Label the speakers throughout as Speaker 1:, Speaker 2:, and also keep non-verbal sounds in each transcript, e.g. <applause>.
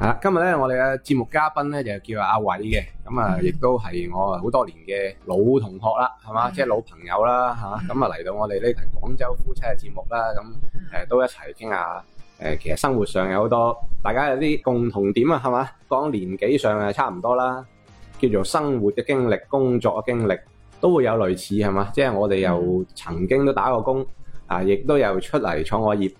Speaker 1: 啊，今日咧我哋嘅節目嘉賓咧就叫阿偉嘅，咁啊亦都係我好多年嘅老同學啦，係嘛，即係老朋友啦嚇，咁啊嚟到我哋呢台廣州夫妻嘅節目啦，咁誒呃都一齊傾下誒，其實生活上有好多大家有啲共同點啊，係嘛，講年紀上係差唔多啦，叫做生活嘅經歷、工作嘅經歷都會有類似係嘛，即係我哋又曾經都打過工啊，亦都有出嚟創過業。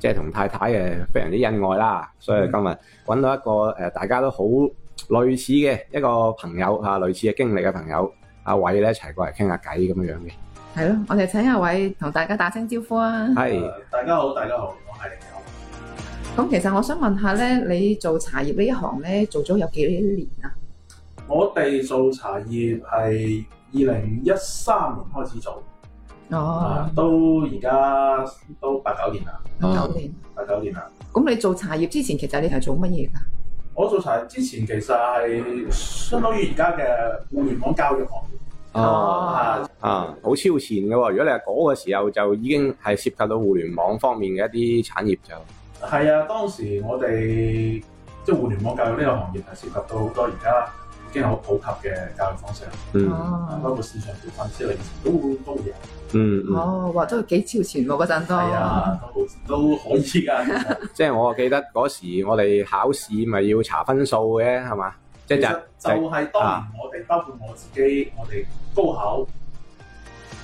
Speaker 1: 即係同太太誒非常之恩愛啦，所以今日揾到一個誒、呃大家都好類似嘅一個朋友嚇、啊，類似嘅經歷嘅朋友阿偉咧一齊過嚟傾下偈咁樣樣嘅，
Speaker 2: 係咯，我哋請阿偉同大家打聲招呼啊！
Speaker 1: 係
Speaker 3: 大家好，大家好，我係
Speaker 2: 咁其實我想問下咧，你做茶葉呢一行咧，做咗有幾年啊？
Speaker 3: 我哋做茶葉係二零一三年開始做，啊
Speaker 2: 哦，
Speaker 3: 都而家都八九年啦，
Speaker 2: 九年。
Speaker 3: 八九年啦。
Speaker 2: 咁你做茶葉之前，其實你係做乜嘢㗎？
Speaker 3: 我做茶葉之前其實係相當於而家嘅互聯網教育行
Speaker 2: 哦
Speaker 3: 業啊，
Speaker 1: 啊，好超前嘅喎、如果你係嗰個時候就已經係涉及到互聯網方面嘅一啲產業就
Speaker 3: 係啊，當時我哋即係互聯網教育呢個行業係涉及到好多而家已經好普及嘅教育方式，
Speaker 1: 嗯
Speaker 3: 包
Speaker 2: 哦，
Speaker 3: 括市場培訓之類，都都會有。
Speaker 1: 嗯嗯
Speaker 2: 哦，哇，都幾超前喎嗰陣都。
Speaker 3: 係啊，都好都可以㗎。其實
Speaker 1: 即係我記得嗰時我哋考試咪要查分數嘅係嘛，即
Speaker 3: 其
Speaker 1: 係啊
Speaker 3: 實
Speaker 1: 就
Speaker 3: 就係當年我哋包括我自己，我哋高考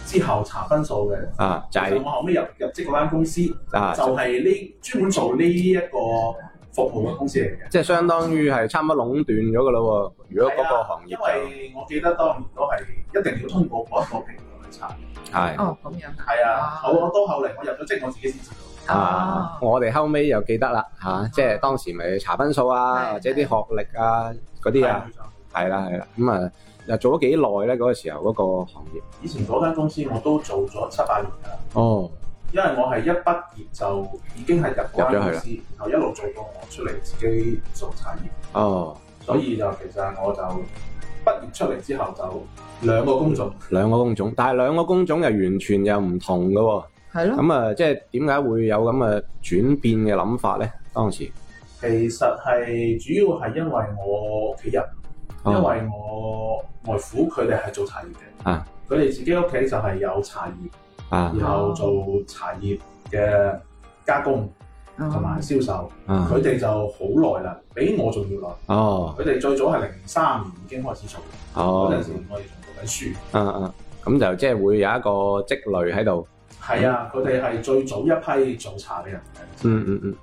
Speaker 3: 之後查分數嘅。
Speaker 1: 啊就
Speaker 3: 其實
Speaker 1: 係、
Speaker 3: 我後尾入入職嗰間公司，就
Speaker 1: 啊
Speaker 3: 係呢專門做呢一個服務嘅公司嚟嘅。
Speaker 1: 即係相當於係差唔多壟斷咗㗎咯喎，如果嗰個行業
Speaker 3: 啊因
Speaker 1: 就
Speaker 3: 為我記得當年都係一定要通過嗰一個評論去查。
Speaker 1: 係。
Speaker 2: 哦，咁樣啊。
Speaker 3: 係啊，
Speaker 2: 哦
Speaker 3: 我我到後嚟我入咗職，我自己先知道。
Speaker 1: 啊！
Speaker 2: 哦，
Speaker 1: 我哋後尾又記得啦嚇、即係當時咪查分數啊，
Speaker 2: 係
Speaker 1: 或者啲學歷啊嗰啲啊，
Speaker 3: 係啊
Speaker 1: 係啦係啦，咁啊又做咗幾耐咧？嗰個時候嗰個行業
Speaker 3: 以前嗰間公司我都做咗七八年㗎啦。
Speaker 1: 哦，
Speaker 3: 因為我係一畢業就已經係入嗰間
Speaker 1: 入咗去啦
Speaker 3: 公司，然後一路做到我出嚟自己做產業，
Speaker 1: 哦，
Speaker 3: 所以就其實我就畢業出嚟之後就兩個工種，
Speaker 1: 兩個工種，但係兩個工種又完全又唔同嘅喎、
Speaker 2: 係咯。
Speaker 1: 咁啊，即係點解會有咁嘅轉變嘅諗法咧？當時
Speaker 3: 其實係主要係因為我屋企人，
Speaker 1: 哦
Speaker 3: 因為我外父佢哋係做茶葉嘅，
Speaker 1: 啊
Speaker 3: 佢哋自己屋企就係有茶葉，
Speaker 1: 啊
Speaker 3: 然後做茶葉嘅加工同埋
Speaker 2: 哦
Speaker 3: 銷售，
Speaker 1: 啊
Speaker 3: 佢哋就好耐啦，比我仲要耐，
Speaker 1: 哦
Speaker 3: 佢哋最早係零三年已經開始做。嗰
Speaker 1: 哦
Speaker 3: 陣時我哋仲讀緊書，
Speaker 1: 啊啊，咁就即係會有一個積累喺度。
Speaker 3: 係啊，佢哋係最早一批做茶嘅人嚟嘅。
Speaker 1: 嗯嗯嗯，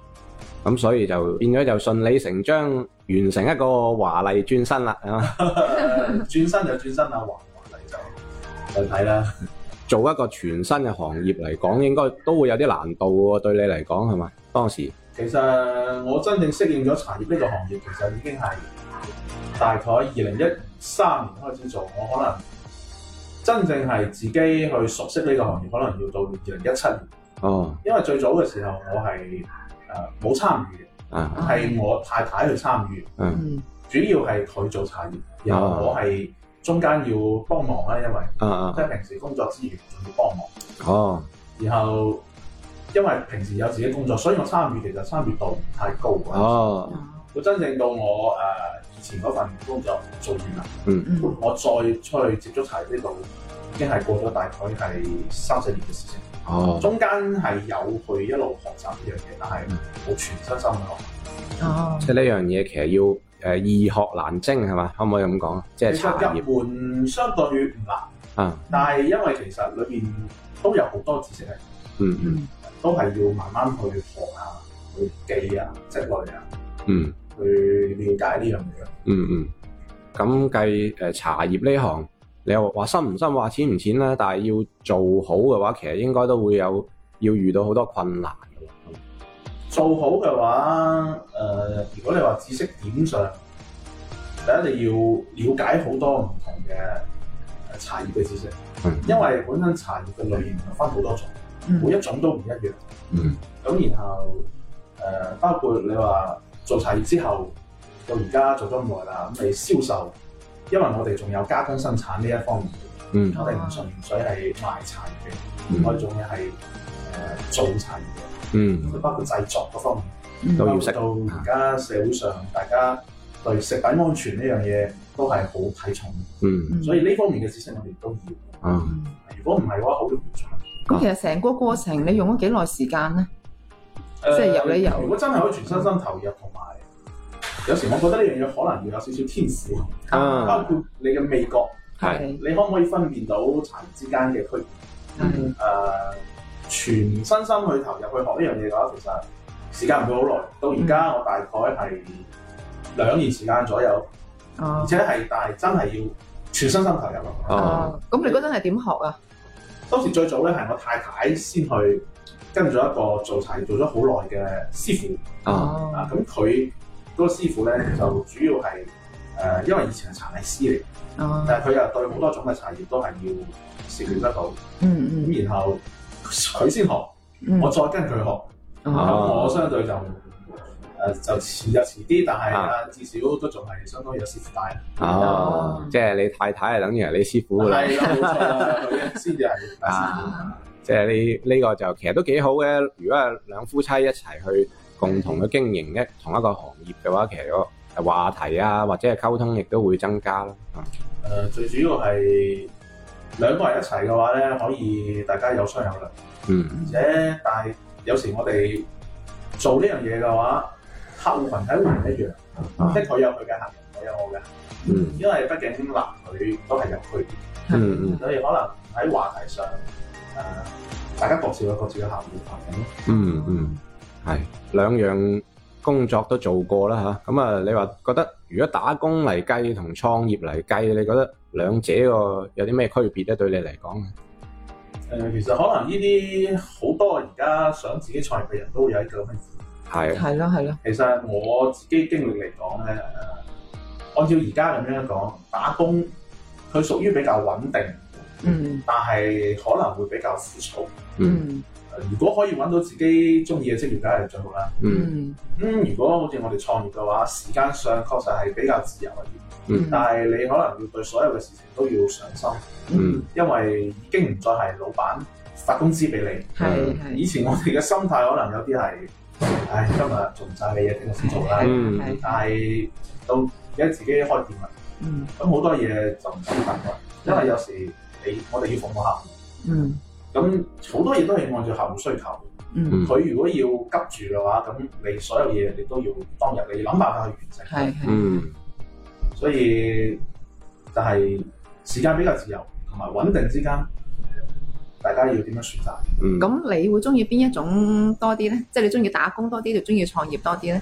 Speaker 1: 咁所以就變咗就順理成章完成一個華麗轉身啦，係啊嘛
Speaker 3: 轉身就轉身啊，華華麗就就睇啦。
Speaker 1: 做一個全新嘅行業嚟講，應該都會有啲難度喎，對你嚟講係嘛？當時
Speaker 3: 其實我真正適應咗茶葉呢個行業，其實已經係大概二零一三年開始做。我可能真正係自己去熟悉呢個行業，可能要到二零一七年，
Speaker 1: 哦
Speaker 3: 因為最早嘅時候我係誒冇參與嘅，
Speaker 1: 啊
Speaker 3: 係我太太去參與。
Speaker 2: 嗯。
Speaker 3: 主要係佢做茶葉，然後我係中間要幫忙啦，因為
Speaker 1: 啊啊
Speaker 3: 即係平時工作之餘仲要幫忙。
Speaker 1: 哦
Speaker 3: 然後因為平時有自己工作，所以我參與其實參與度唔太高啊。
Speaker 1: 哦
Speaker 3: 到真正到我誒、呃以前嗰份工作做完啦，
Speaker 2: 嗯。
Speaker 3: 我再出去接觸茶葉呢度。已經係過咗大概係三四年嘅事情，
Speaker 1: 哦
Speaker 3: 中間係有去一路學習呢樣嘢，但係冇全身心去學。
Speaker 2: 哦。
Speaker 1: 即係呢樣嘢其實要誒、呃易學難精係嘛？可唔可以咁講啊？即係
Speaker 3: 其
Speaker 1: 茶
Speaker 3: 實
Speaker 1: 葉
Speaker 3: 入門相對唔難，
Speaker 1: 啊，
Speaker 3: 但係因為其實裏邊都有好多知識係
Speaker 1: 嗯嗯
Speaker 2: 嗯。
Speaker 3: 都係要慢慢去學啊、去記啊、積累啊，
Speaker 1: 嗯
Speaker 3: 去了解呢樣嘢。
Speaker 1: 嗯嗯，咁計誒茶葉呢行。你又話深唔深，話淺唔淺啦，但係要做好嘅話，其實應該都會有要遇到好多困難嘅喎。
Speaker 3: 做好嘅話，誒、如果你話知識點上，第一你要了解好多唔同嘅呃茶葉嘅知識，
Speaker 1: 嗯
Speaker 3: 因為本身茶葉嘅類型係分好多種，
Speaker 2: 嗯。
Speaker 3: 每一種都唔一樣。
Speaker 1: 嗯
Speaker 3: 咁然後誒、呃包括你話做茶葉之後，到而家做咗咁耐啦，咁你銷售，因為我哋仲有加工生產呢一方面。
Speaker 1: 嗯
Speaker 3: 我哋唔純粹係賣茶葉嘅，呃
Speaker 1: 嗯
Speaker 3: 我哋仲有係誒做茶葉嘅。
Speaker 1: 嗯，
Speaker 3: 包括製作嗰方面，
Speaker 2: 嗯
Speaker 1: 都要識
Speaker 3: 包括到而家社會上大家對食品安全呢樣嘢都係好睇重，
Speaker 1: 嗯，
Speaker 3: 所以呢方面嘅知識我哋都要。
Speaker 1: 啊，
Speaker 3: 如果唔係嘅話，好容易出問題。
Speaker 2: 嗯咁其實成個過程你用咗幾耐時間咧？
Speaker 3: 誒
Speaker 2: 即係有理由
Speaker 3: 如果真係可以全身心投入，同埋有時我覺得呢樣嘢可能要有少少天賦，
Speaker 2: 嗯
Speaker 3: 包
Speaker 1: 啊，
Speaker 3: 括你嘅味覺，
Speaker 1: 係，
Speaker 3: 你可唔可以分辨到茶葉之間嘅區別？
Speaker 2: 係
Speaker 3: 誒、全身心去投入去學呢樣嘢嘅話，其實時間唔會好耐。到而家我大概係兩年時間左右，而
Speaker 2: 哦
Speaker 3: 且係但係真係要全身心投入咯。
Speaker 1: 哦，
Speaker 2: 哦，咁你嗰陣係點學啊？
Speaker 3: 當時最早咧係我太太先去跟咗一個做茶葉做咗好耐嘅師傅。
Speaker 1: 啊，
Speaker 3: 啊
Speaker 2: 哦，，
Speaker 3: 咁佢嗰個師傅咧就主要係誒、呃因為以前係茶藝師嚟，
Speaker 2: 哦，
Speaker 3: 但係佢又對好多種嘅茶葉都係要涉獵得到，
Speaker 2: 嗯
Speaker 3: 咁然後佢先學，
Speaker 2: 嗯
Speaker 3: 我再跟佢學，咁、
Speaker 2: 嗯，
Speaker 3: 我相對就誒、呃就遲就遲啲，但係
Speaker 1: 啊
Speaker 3: 啊至少都仲係相當有師傅帶，
Speaker 1: 哦，即係你太太係等於係你師傅
Speaker 3: 係
Speaker 1: 㗎啦。
Speaker 3: 啦冇錯啦，佢先至係大師傅。
Speaker 1: 即係呢呢個就其實都幾好嘅。如果係兩夫妻一齊去共同去經營一同一個行業嘅話，其實個話題啊或者係溝通亦都會增加咯。啊
Speaker 3: 誒、呃最主要係兩個人一齊嘅話咧，可以大家有商有量。
Speaker 1: 嗯
Speaker 3: 而且但係有時我哋做呢樣嘢嘅話，客戶群體會唔一樣，
Speaker 1: 啊
Speaker 3: 即係佢有佢嘅客人，我有我嘅客人，
Speaker 1: 嗯
Speaker 3: 因為畢竟男女都係有區別，
Speaker 1: 嗯
Speaker 3: 所以可能喺話題上誒、呃大家各自有各自嘅客戶群體。
Speaker 1: 嗯嗯，係兩樣工作都做過啦吓，咁啊，你話覺得如果打工嚟計同創業嚟計，你覺得兩者個有啲咩區別咧？對你嚟講，
Speaker 3: 誒、呃其實可能呢啲好多而家想自己創業嘅人都會有一個咁嘅
Speaker 1: 係
Speaker 3: 疑惑
Speaker 2: 係咯係咯，
Speaker 3: 其實我自己經歷嚟講咧，誒、按照而家咁樣講，打工佢屬於比較穩定，
Speaker 2: 嗯
Speaker 3: 但係可能會比較枯燥。
Speaker 1: 嗯
Speaker 2: 嗯
Speaker 3: 如果可以揾到自己中意嘅職業，梗係最好啦。
Speaker 1: 嗯
Speaker 2: 嗯
Speaker 3: 咁、如果好似我哋創業嘅話，時間上確實係比較自由一啲，
Speaker 2: ừ,
Speaker 1: 嗯
Speaker 3: 但係你可能要對所有嘅事情都要上心，
Speaker 2: ừ.
Speaker 1: 嗯
Speaker 3: 因為已經唔再係老闆發工資俾
Speaker 2: 係
Speaker 3: 你。嗯
Speaker 2: 係
Speaker 3: 以前我哋嘅心態可能有啲係，唉，今日做唔晒嘅嘢，聽日先做啦。
Speaker 1: 嗯
Speaker 2: 係
Speaker 3: 但係到而家自己開店啦，
Speaker 2: 嗯
Speaker 3: 咁好多嘢就唔使煩啦，因為有時你我哋要服務客戶，
Speaker 2: 嗯
Speaker 3: 咁好多嘢都係按照客戶需求。
Speaker 2: 嗯
Speaker 1: 嗯
Speaker 3: 佢如果要急住嘅話，咁你所有嘢你都要當日你要諗辦法去完成。
Speaker 2: 係係
Speaker 1: 嗯
Speaker 3: 所以就係時間比較自由同埋穩定之間，大家要點樣選擇？
Speaker 1: 嗯，
Speaker 2: 咁你會中意邊一種多啲咧？即係你中意打工多啲，定中意創業多啲咧？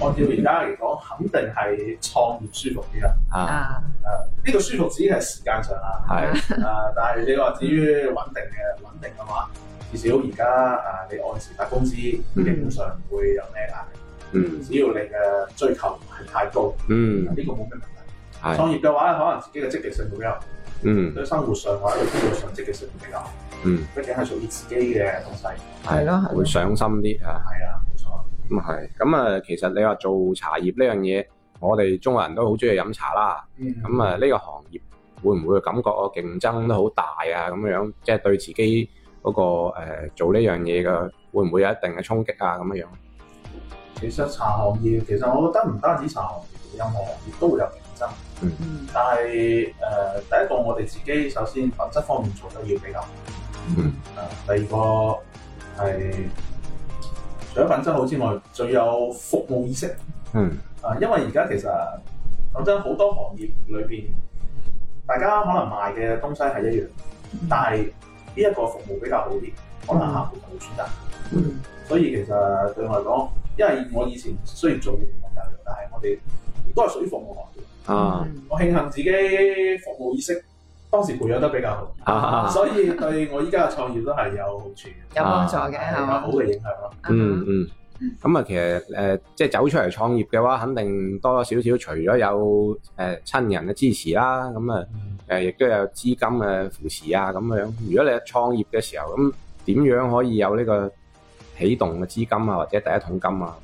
Speaker 3: 按照而家嚟講，肯定係創業舒服啲啦。
Speaker 1: 啊
Speaker 2: 啊，
Speaker 3: 呢個舒服只係時間上啊，
Speaker 1: 係。
Speaker 3: 啊，但係你話至於穩定嘅穩定嘅話，至少而家啊，你按時發工資，基
Speaker 1: 嗯
Speaker 3: 本上唔會有咩壓力。
Speaker 1: 嗯
Speaker 3: 只要你嘅追求唔係太高，
Speaker 1: 嗯
Speaker 3: 呢個冇咩問題。
Speaker 1: 係
Speaker 3: 創業嘅話，可能自己嘅積極性會比較
Speaker 1: 嗯
Speaker 3: 對生活上或者對工作上積極性會比較好，
Speaker 1: 嗯
Speaker 3: 畢竟係屬於自己嘅東西。
Speaker 2: 係咯係咯
Speaker 1: 會上心啲啊。
Speaker 3: 係啊，冇錯。
Speaker 1: 咁係咁啊，其實你話做茶葉呢樣嘢，我哋中國人都好中意飲茶啦。
Speaker 3: 嗯，
Speaker 1: 咁啊，呢個行業會唔會感覺個競爭都好大啊？咁樣即係對自己嗰、個、呃、做呢樣嘢嘅，會唔會有一定嘅衝擊啊？咁樣樣
Speaker 3: 其實茶行業其實我覺得唔單止茶行業，任何行業都會有競爭。
Speaker 2: 嗯
Speaker 3: 但係誒、呃第一個我哋自己首先品質方面做得要比較好。
Speaker 1: 嗯
Speaker 3: 呃第二個係除咗品質好之外，仲有服務意識。
Speaker 1: 嗯
Speaker 3: 啊，因為而家其實講真，好多行業裏邊，大家可能賣嘅東西係一樣，但係呢一個服務比較好啲，可能客戶就會選擇。
Speaker 2: 嗯
Speaker 3: 所以其實對我嚟講，因為我以前雖然做嘅唔同教育，但係我哋亦都係屬於服務行業。
Speaker 1: 啊
Speaker 3: 我慶幸自己服務意識當時培養得比較好，
Speaker 1: 啊
Speaker 3: 所以對我依家嘅創業都係有好處嘅，
Speaker 2: 有幫助嘅
Speaker 3: 係
Speaker 2: 係
Speaker 3: 有
Speaker 2: 嘛
Speaker 3: 好？嘅影響咯。
Speaker 1: 嗯嗯。咁啊，其實誒、呃即係走出嚟創業嘅話，肯定多多少少除咗有誒、呃、親人嘅支持啦，咁啊。誒，亦都有資金嘅扶持啊，咁樣。如果你係創業嘅時候，咁點樣可以有呢個起動嘅資金啊，或者第一桶金啊？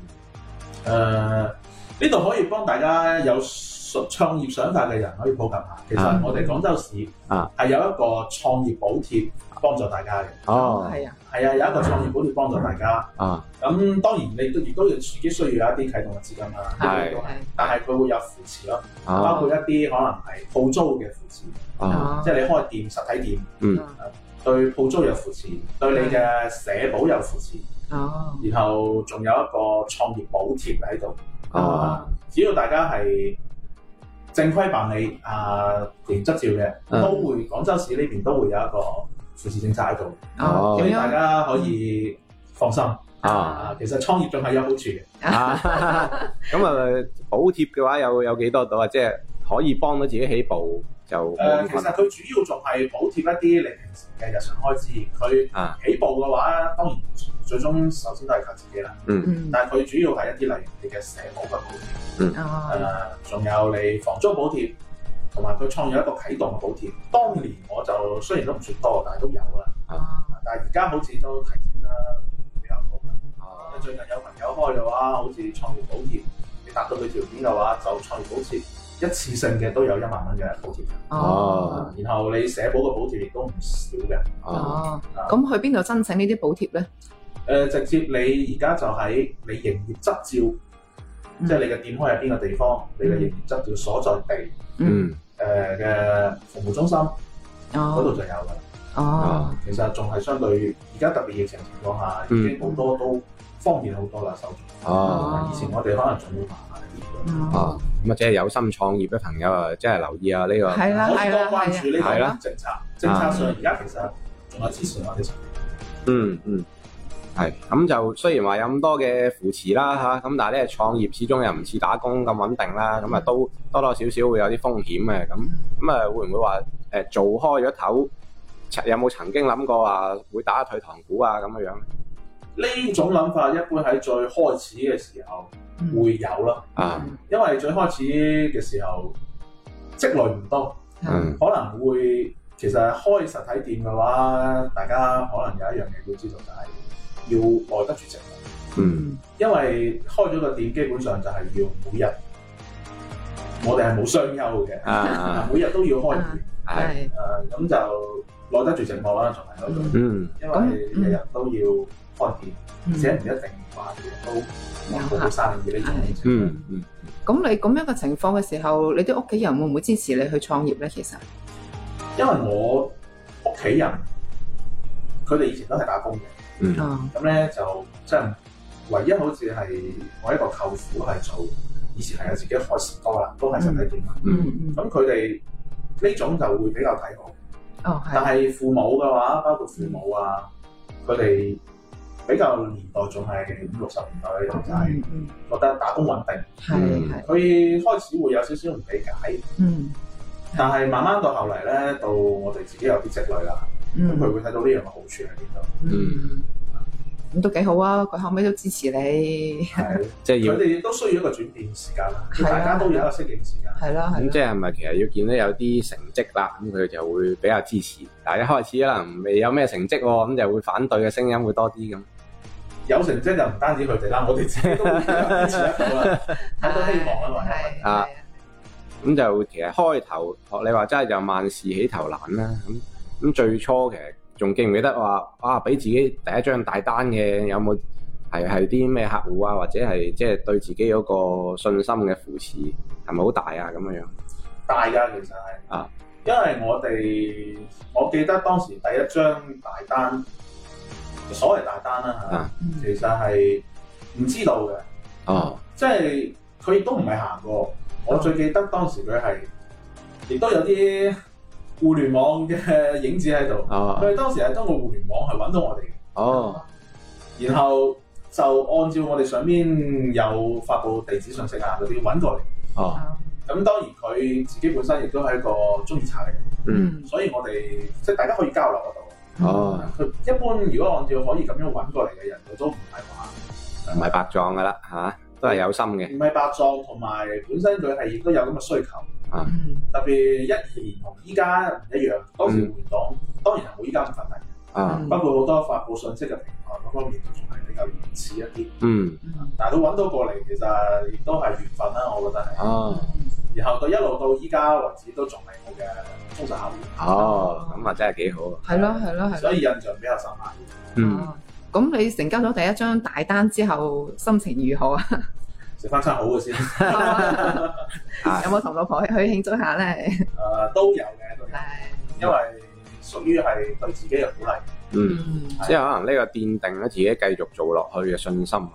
Speaker 3: 誒呢度可以幫大家有需屬創業想法嘅人可以普及下。其
Speaker 1: 啊
Speaker 3: 實我哋廣州市
Speaker 1: 啊
Speaker 3: 係有一個創業補貼幫助大家嘅，
Speaker 2: À,
Speaker 1: 哦，
Speaker 2: 係啊，
Speaker 3: 係啊，有一個創業補貼幫助大家。
Speaker 1: 啊，
Speaker 3: 咁當然你都亦都要自己需要有一啲啟動嘅資金啦，
Speaker 1: 係
Speaker 3: 呢個都
Speaker 2: 係
Speaker 3: 但係佢會有扶持咯，包
Speaker 1: 啊，
Speaker 3: 括一啲可能係鋪租嘅扶持，
Speaker 1: 啊，
Speaker 3: 即係你開店實體店
Speaker 2: Ờ.
Speaker 1: 嗯
Speaker 3: 對鋪租有扶持，對你嘅社保有扶持，
Speaker 2: 哦，
Speaker 3: 然後仲有一個創業補貼喺度。
Speaker 2: Ờ.
Speaker 1: 啊，
Speaker 3: 只要大家係正規辦理啊連執照嘅，
Speaker 1: 嗯
Speaker 3: 都會廣州市呢邊都會有一個扶持政策喺度，
Speaker 1: 哦
Speaker 2: 哦，
Speaker 3: 所以
Speaker 2: 點
Speaker 3: 大
Speaker 2: 樣
Speaker 3: 家可以放心
Speaker 1: 啊，
Speaker 3: 啊。其實創業仲係有好處嘅。
Speaker 1: 啊，咁啊，補貼嘅話有有幾多度啊？即係可以幫到自己起步就冇咁
Speaker 3: 誒、呃其實
Speaker 1: 困
Speaker 3: 佢主要仲係補貼一啲你平時嘅日常開支。佢
Speaker 1: 啊
Speaker 3: 起步嘅話，當然最終首先都係靠自己啦。
Speaker 2: 嗯，
Speaker 3: 但係佢主要係一啲例如你嘅社保嘅補貼，誒、
Speaker 2: 哦，
Speaker 3: 仲有你房租補貼，同埋佢創有一個啟動嘅補貼。當年我就雖然都唔算多，但係都有啦。
Speaker 2: 哦，
Speaker 3: 但係而家好似都提升得比較高啦。
Speaker 1: 啊
Speaker 3: 最近有朋友開嘅話，好似創業補貼，你達到佢條件嘅話，就創業補貼一次性嘅都有一萬蚊嘅補貼嘅。
Speaker 1: 哦
Speaker 2: 哦，
Speaker 3: 然後你社保嘅補貼亦都唔少嘅。
Speaker 1: 啊
Speaker 2: 哦，咁去邊度申請呢啲補貼咧？
Speaker 3: 誒、呃直接你而家就喺你營業執照，
Speaker 2: 嗯
Speaker 3: 即係你嘅店開喺邊個地方，你嘅營業執照所在地
Speaker 1: 嗯
Speaker 3: 誒嘅、服務中心嗰度
Speaker 2: 哦，
Speaker 3: 就有㗎啦。
Speaker 2: Ờ. 哦，
Speaker 3: 其實仲係相對而家特別疫情情況下，已經好多都方便好多啦手
Speaker 1: 啊。
Speaker 3: 續。
Speaker 2: 哦
Speaker 3: 以前我哋可能仲要麻煩啲。
Speaker 1: 啊
Speaker 2: 哦，，
Speaker 1: 咁啊，即係有心創業嘅朋友啊，即係留意下呢個
Speaker 2: 係啦，
Speaker 3: 我
Speaker 2: 係
Speaker 3: 哋
Speaker 2: 啦，
Speaker 3: 多關
Speaker 2: 係
Speaker 3: 注
Speaker 2: 啊
Speaker 3: 呢
Speaker 1: 係
Speaker 3: 個
Speaker 1: 啦
Speaker 3: 政策，政策上而家其實仲有支持我哋創業。
Speaker 1: 嗯嗯，係咁就雖然話有咁多嘅扶持啦嚇，咁但係咧創業始終又唔似打工咁穩定啦，咁啊都多多少少會有啲風險嘅，咁咁啊會唔會話誒、做開咗頭，有冇曾經諗過話會打退堂鼓啊咁嘅樣
Speaker 3: 呢種諗法一般喺最開始嘅時候
Speaker 2: 嗯
Speaker 3: 會有啦。
Speaker 1: 啊？
Speaker 3: 因為最開始嘅時候積累唔多，
Speaker 1: 嗯
Speaker 3: 可能會其實開實體店嘅話，大家可能有一樣嘢要知道就係要耐得住寂寞，
Speaker 1: 嗯
Speaker 2: Ừ.
Speaker 3: 因為開咗個店基本上就係要每日，我哋係冇雙休嘅，
Speaker 1: 啊
Speaker 3: 每日都要開店，
Speaker 1: 係
Speaker 2: 係，
Speaker 3: 誒呃咁就耐得住寂寞啦，仲係嗰種，
Speaker 1: 嗯
Speaker 3: 因為日日都要開店，
Speaker 2: Ừ.
Speaker 3: 而且唔一定話日日都
Speaker 2: 有
Speaker 3: 冇好生意呢種。
Speaker 1: 嗯嗯
Speaker 2: 咁你咁樣嘅情況嘅時候，你啲屋企人會唔會支持你去創業咧？其實，
Speaker 3: 因為我屋企人佢哋以前都係打工嘅，
Speaker 1: 嗯
Speaker 2: 啊，
Speaker 3: 咁咧就即係唯一好似係我一個舅父係做，以前係有自己開士多啦，都係實體店啦。
Speaker 1: 嗯
Speaker 2: 嗯，
Speaker 3: 咁佢哋呢種就會比較睇好，
Speaker 2: 哦，
Speaker 3: 但
Speaker 2: 係，
Speaker 3: 係父母嘅話，包括父母啊，佢哋比較年代仲係五六十年代嘅人，就係
Speaker 2: 嗯嗯，
Speaker 3: 覺得打工穩定，
Speaker 2: 係係，
Speaker 3: 佢開始會有少少唔理解，
Speaker 2: 嗯
Speaker 3: 但係慢慢到後嚟咧，到我哋自己有啲積累啦。咁佢
Speaker 2: 嗯
Speaker 3: 會睇到呢樣嘅好處喺邊度。
Speaker 2: 嗯，咁都幾好啊！佢後尾都支持你，
Speaker 3: 係，
Speaker 1: 即係啊要
Speaker 3: 佢哋亦都需要一個轉變時間啦，
Speaker 2: 係啊
Speaker 3: 大家都有一個適應時間。
Speaker 2: 係啦係
Speaker 1: 咁
Speaker 2: 啦，
Speaker 1: 即係咪其實要見到有啲成績啦，咁佢就會比較支持。但係一開始可能未有咩成績喎，咁就會反對嘅聲音會多啲咁。
Speaker 3: 有成績就唔單止佢哋啦，我哋自己都會有堅持得到啦，睇到希望啦嘛。
Speaker 2: 係
Speaker 1: 啊咁就其實開頭學你話齋就萬事起頭難啦。咁咁最初其實仲記唔記得話啊，俾自己第一張大單嘅有冇係係啲咩客户啊，或者係即係對自己嗰個信心嘅扶持係咪好大啊咁樣樣？
Speaker 3: 大㗎其實係。
Speaker 1: 啊
Speaker 3: 因為我哋，我記得當時第一張大單，所謂大單啦嚇
Speaker 1: 啊，
Speaker 2: 嗯
Speaker 3: 其實係唔知道嘅，
Speaker 1: 哦，
Speaker 3: 即係佢亦都唔係行過。我最記得當時佢係，亦都有啲互聯網嘅影子喺度。
Speaker 1: 哦，
Speaker 3: 佢哋當時係通過互聯網去揾到我哋嘅，
Speaker 1: 哦，
Speaker 3: 然後就按照我哋上邊有發布地址信息啊嗰啲揾過嚟。
Speaker 1: 哦，
Speaker 2: Ờ.
Speaker 3: 咁當然佢自己本身亦都係一個中意茶嘅人，
Speaker 1: 嗯，
Speaker 2: 嗯
Speaker 3: 所以我哋即係大家可以交流得到。
Speaker 1: 哦，
Speaker 3: 佢一般如果按照可以咁樣揾過嚟嘅人，佢都唔係話
Speaker 1: 唔係白撞噶啦嚇，都係有心嘅。
Speaker 3: 唔係白撞，同埋本身佢係亦都有咁嘅需求。
Speaker 2: 嗯
Speaker 3: 特別一二年同依家唔一樣，當時互聯網當然係冇依家咁發達，
Speaker 1: 啊，
Speaker 2: 嗯
Speaker 3: 包括好多發布信息嘅平台嗰方面仲係比較原始一啲。
Speaker 1: 嗯，
Speaker 2: 嗯
Speaker 3: 但係都揾到過嚟，其實亦都係緣分啦，我覺得係。
Speaker 1: 哦，
Speaker 3: 然後到一路到依家為止都仲係我嘅忠實客户，
Speaker 1: 哦，咁啊真係幾好啊。
Speaker 2: 係咯係咯係
Speaker 3: 所以
Speaker 2: 咯。
Speaker 3: 印象比較深刻。
Speaker 1: 嗯，
Speaker 2: 哦咁你成交咗第一張大單之後，心情如何啊？啊
Speaker 3: 食翻餐好嘅先，誒、
Speaker 1: <laughs> 啊
Speaker 2: 有冇同老婆去慶祝下咧？
Speaker 3: 啊都有嘅，
Speaker 1: 嗯
Speaker 3: 都有，
Speaker 2: 唉
Speaker 3: 因為屬於係對自己嘅鼓勵，
Speaker 1: 嗯，
Speaker 2: 嗯
Speaker 1: 即係可能呢個奠定咗自己繼續做落去嘅信心。啊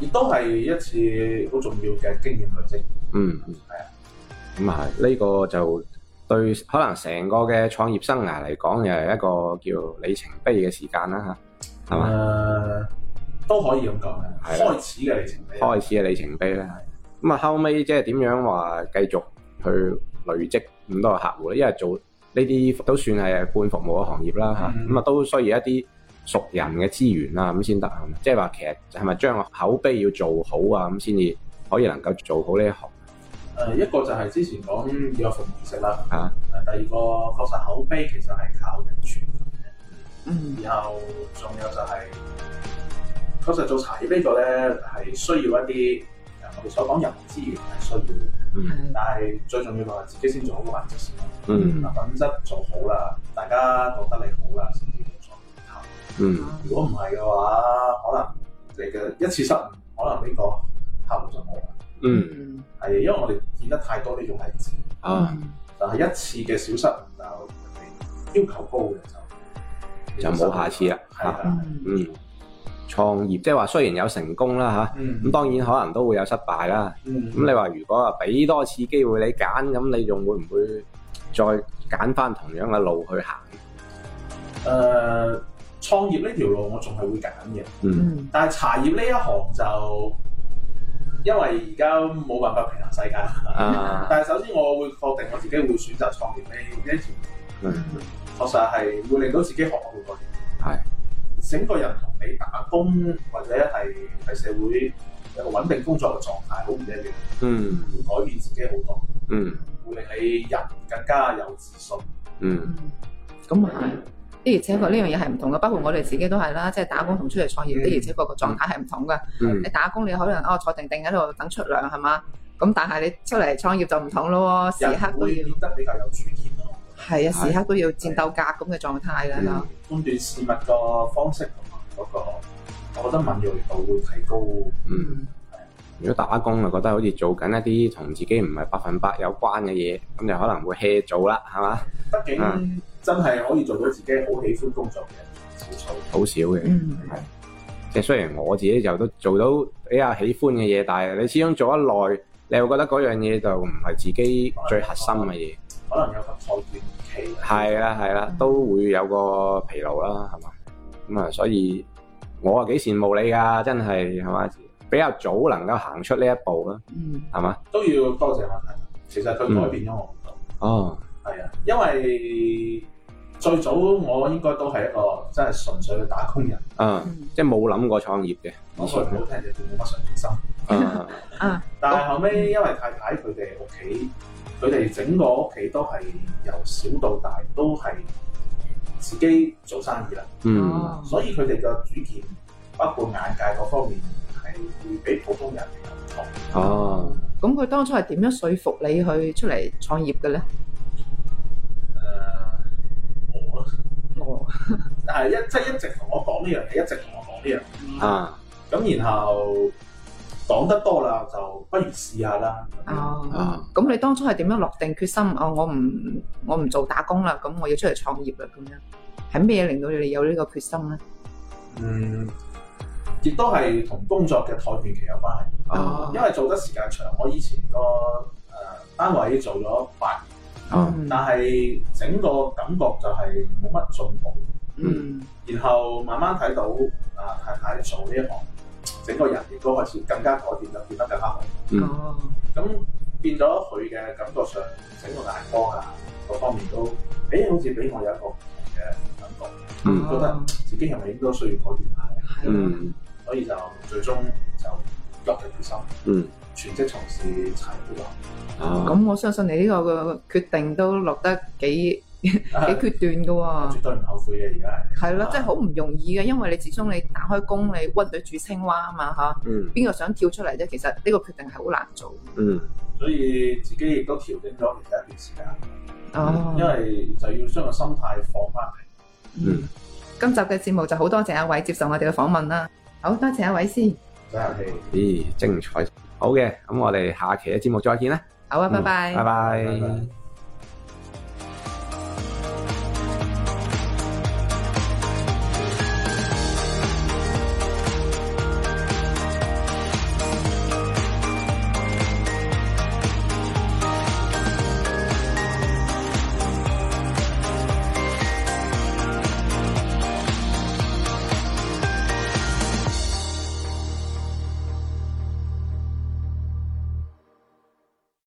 Speaker 3: 亦都係一次好重要嘅經驗累積。
Speaker 1: 嗯，
Speaker 3: 係啊。
Speaker 1: 咁啊，呢個就對可能成個嘅創業生涯嚟講，又係一個叫里程碑嘅時間啦嚇，係嘛？
Speaker 3: 誒都可以咁講嘅，
Speaker 1: 係啦
Speaker 3: 開始嘅里程碑。
Speaker 1: 開始嘅里程碑咧。咁啊，後尾即係點樣話繼續去累積咁多個客户咧？因為做呢啲都算係半服務嘅行業啦嚇，
Speaker 3: 嗯
Speaker 1: 咁啊、都需要一啲熟人嘅資源啦，咁先得係咪即係話其實係咪將個口碑要做好啊，咁先至可以能夠做好呢一行？
Speaker 3: 誒、一個就係之前講要有服務意識啦，
Speaker 1: 啊
Speaker 3: 誒第二個確實口碑其實係靠人傳
Speaker 2: 嗯
Speaker 3: 然後仲有就係、確實做茶葉呢個咧係需要一啲誒我哋所講人力資源係需要嘅，
Speaker 1: 嗯
Speaker 2: 係
Speaker 3: 但係最重要嘅係自己先做好個品質先啦。
Speaker 1: 嗯
Speaker 2: 嗯
Speaker 3: 嗱品質做好啦，大家覺得你好啦，先至會再投。
Speaker 1: 嗯
Speaker 3: 如果唔係嘅話，可能你嘅一次失誤，可能呢個客戶就冇啦。
Speaker 1: 嗯
Speaker 2: 嗯
Speaker 3: 係因為我哋見得太多呢種例子。
Speaker 1: 啊，
Speaker 3: 但係一次嘅小失誤就要求高嘅就
Speaker 1: 就冇下次啦
Speaker 3: 係啊，
Speaker 2: 嗯
Speaker 1: 嗯，創業即係話雖然有成功啦嚇。
Speaker 3: 嗯
Speaker 1: 咁當然可能都會有失敗啦。
Speaker 3: 嗯
Speaker 1: 咁你話如果啊俾多次機會你揀，咁你仲會唔會再揀翻同樣嘅路去行？
Speaker 3: 誒創業呢條路我仲係會揀嘅，
Speaker 1: 嗯
Speaker 2: 嗯
Speaker 3: 但係茶葉呢一行就因為而家冇辦法平衡世界，
Speaker 1: 啊，
Speaker 3: 但係首先我會確定我自己會選擇創業呢呢一條路，
Speaker 1: 嗯
Speaker 3: 確實係會令到自己學到好多嘢。
Speaker 1: 係
Speaker 3: 整個人同你打工或者係喺社會有個穩定工作嘅狀態好唔一樣，
Speaker 1: 嗯
Speaker 3: 會改變自己好多。
Speaker 1: 嗯
Speaker 3: 會令你人更加有自信。
Speaker 1: 嗯
Speaker 2: 嗯，咁啊係。的而且確呢樣嘢係唔同嘅，包括我哋自己都係啦，即係打工同出嚟創業
Speaker 3: 嗯
Speaker 2: 的而且確個狀態係唔同嘅。
Speaker 1: 嗯
Speaker 2: 你打工你可能哦坐定定喺度等出糧係嘛，咁但係你出嚟創業就唔同咯喎，時
Speaker 3: 人
Speaker 2: 刻都
Speaker 3: 會
Speaker 2: 要
Speaker 3: 變得比較有主見咯，
Speaker 2: 係啊，時刻都要戰鬥格咁嘅狀態㗎啦。
Speaker 3: 判斷事物個方式同埋嗰個，我覺得敏鋭度會提高。
Speaker 1: 嗯。如果打工啊，覺得好似做緊一啲同自己唔係百分百有關嘅嘢，咁就可能會 hea 做啦，係嘛？
Speaker 3: 畢
Speaker 2: 啊
Speaker 3: 竟真係可以做到自己好喜歡工作嘅少數。
Speaker 1: 好少嘅。
Speaker 2: 嗯
Speaker 1: 即係雖然我自己就都做到比較喜歡嘅嘢，但係你始終做得耐，你會覺得嗰樣嘢就唔係自己最核心嘅嘢。
Speaker 3: 可能有個錯斷期。啊
Speaker 1: 係啦係啦
Speaker 2: 嗯，
Speaker 1: 都會有個疲勞啦，係嘛？咁啊，所以我啊幾羨慕你㗎，真係係嘛？比較早能夠行出呢一步啦，
Speaker 2: 嗯
Speaker 1: 係嘛？
Speaker 3: 都要多謝我太太，其實佢改變咗我好多。
Speaker 1: 哦，
Speaker 3: 係啊，因為最早我應該都係一個真係純粹嘅打工人，
Speaker 1: 嗯，
Speaker 2: 嗯
Speaker 1: 即係冇諗過創業嘅，
Speaker 3: 講句唔好聽就冇乜上進心。
Speaker 2: <laughs>
Speaker 1: 嗯
Speaker 2: 啊
Speaker 3: 但係後尾，因為太太佢哋屋企，佢哋整個屋企都係由小到大都係自己做生意啦，
Speaker 1: 嗯
Speaker 2: 哦
Speaker 3: 所以佢哋嘅主見包括眼界各方面係會比普通人嚟得唔同。
Speaker 1: 哦，
Speaker 2: 咁佢當初係點樣說服你去出嚟創業嘅咧？
Speaker 3: 誒、我啦，
Speaker 2: 我
Speaker 3: 但係一即係一直同我講呢樣嘢，一直同我講呢樣嘢。
Speaker 1: 啊
Speaker 3: 咁然後講得多啦，就不如試下啦。
Speaker 2: 哦，
Speaker 1: 啊，
Speaker 2: 咁你當初係點樣落定決心？哦，我唔我唔做打工啦，咁我要出嚟創業啦，咁樣係咩令到你有呢個決心咧？
Speaker 3: 嗯，亦都係同工作嘅怠倦期有關係。
Speaker 1: 哦，
Speaker 3: 因為做得時間長，我以前個誒、呃、單位做咗八年，
Speaker 1: 哦，
Speaker 2: 嗯
Speaker 3: 但係整個感覺就係冇乜進步。
Speaker 2: 嗯
Speaker 3: 然後慢慢睇到啊太太做呢一行，整個人亦都開始更加改變，就變得更加好。
Speaker 1: 嗯
Speaker 2: 哦
Speaker 3: 咁變咗佢嘅感覺上，整個眼光啊各方面都，誒好似俾我有一個唔同嘅感覺，
Speaker 1: 嗯
Speaker 3: 覺得自己係咪應該需要改變下咧？
Speaker 2: 係咯
Speaker 1: 嗯
Speaker 3: 所以就最終就落定決心，
Speaker 1: 嗯，
Speaker 3: 全職從事茶葉呢
Speaker 1: 哦，
Speaker 2: 咁我相信你呢個決定都落得幾
Speaker 3: 個行
Speaker 2: 幾
Speaker 3: 業。
Speaker 2: 決斷嘅喎。
Speaker 3: 絕對唔後悔嘅，而家係。
Speaker 2: 係咯，即係好唔容易嘅，因為你始終你打開工，你溫水煮青蛙啊嘛嚇，
Speaker 1: 嗯
Speaker 2: 邊個想跳出嚟啫？其實呢個決定係好難做。
Speaker 1: 嗯
Speaker 3: 所以自己亦都調整咗其實一段時間，
Speaker 2: 哦，
Speaker 3: 因為就要將個心態放翻嚟。
Speaker 2: 嗯，今集嘅節目就好多謝阿偉接受我哋嘅訪問啦，好多謝阿偉先，
Speaker 3: 真係
Speaker 1: 咦，精彩！好嘅，咁我哋下期嘅節目再見啦，
Speaker 2: 好啊，拜拜
Speaker 1: 拜。拜
Speaker 3: 拜拜